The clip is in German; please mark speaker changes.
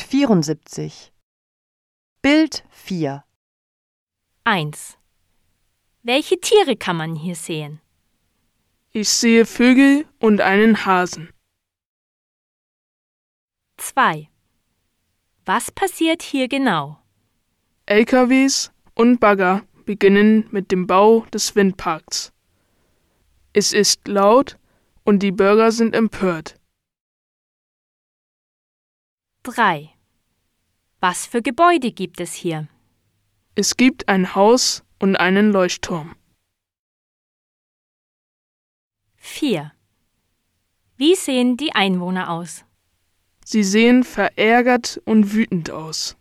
Speaker 1: 1.74 Bild 4
Speaker 2: 1. Welche Tiere kann man hier sehen?
Speaker 3: Ich sehe Vögel und einen Hasen.
Speaker 2: 2. Was passiert hier genau?
Speaker 3: LKWs und Bagger beginnen mit dem Bau des Windparks. Es ist laut und die Bürger sind empört.
Speaker 2: 3. Was für Gebäude gibt es hier?
Speaker 3: Es gibt ein Haus und einen Leuchtturm.
Speaker 2: 4. Wie sehen die Einwohner aus?
Speaker 3: Sie sehen verärgert und wütend aus.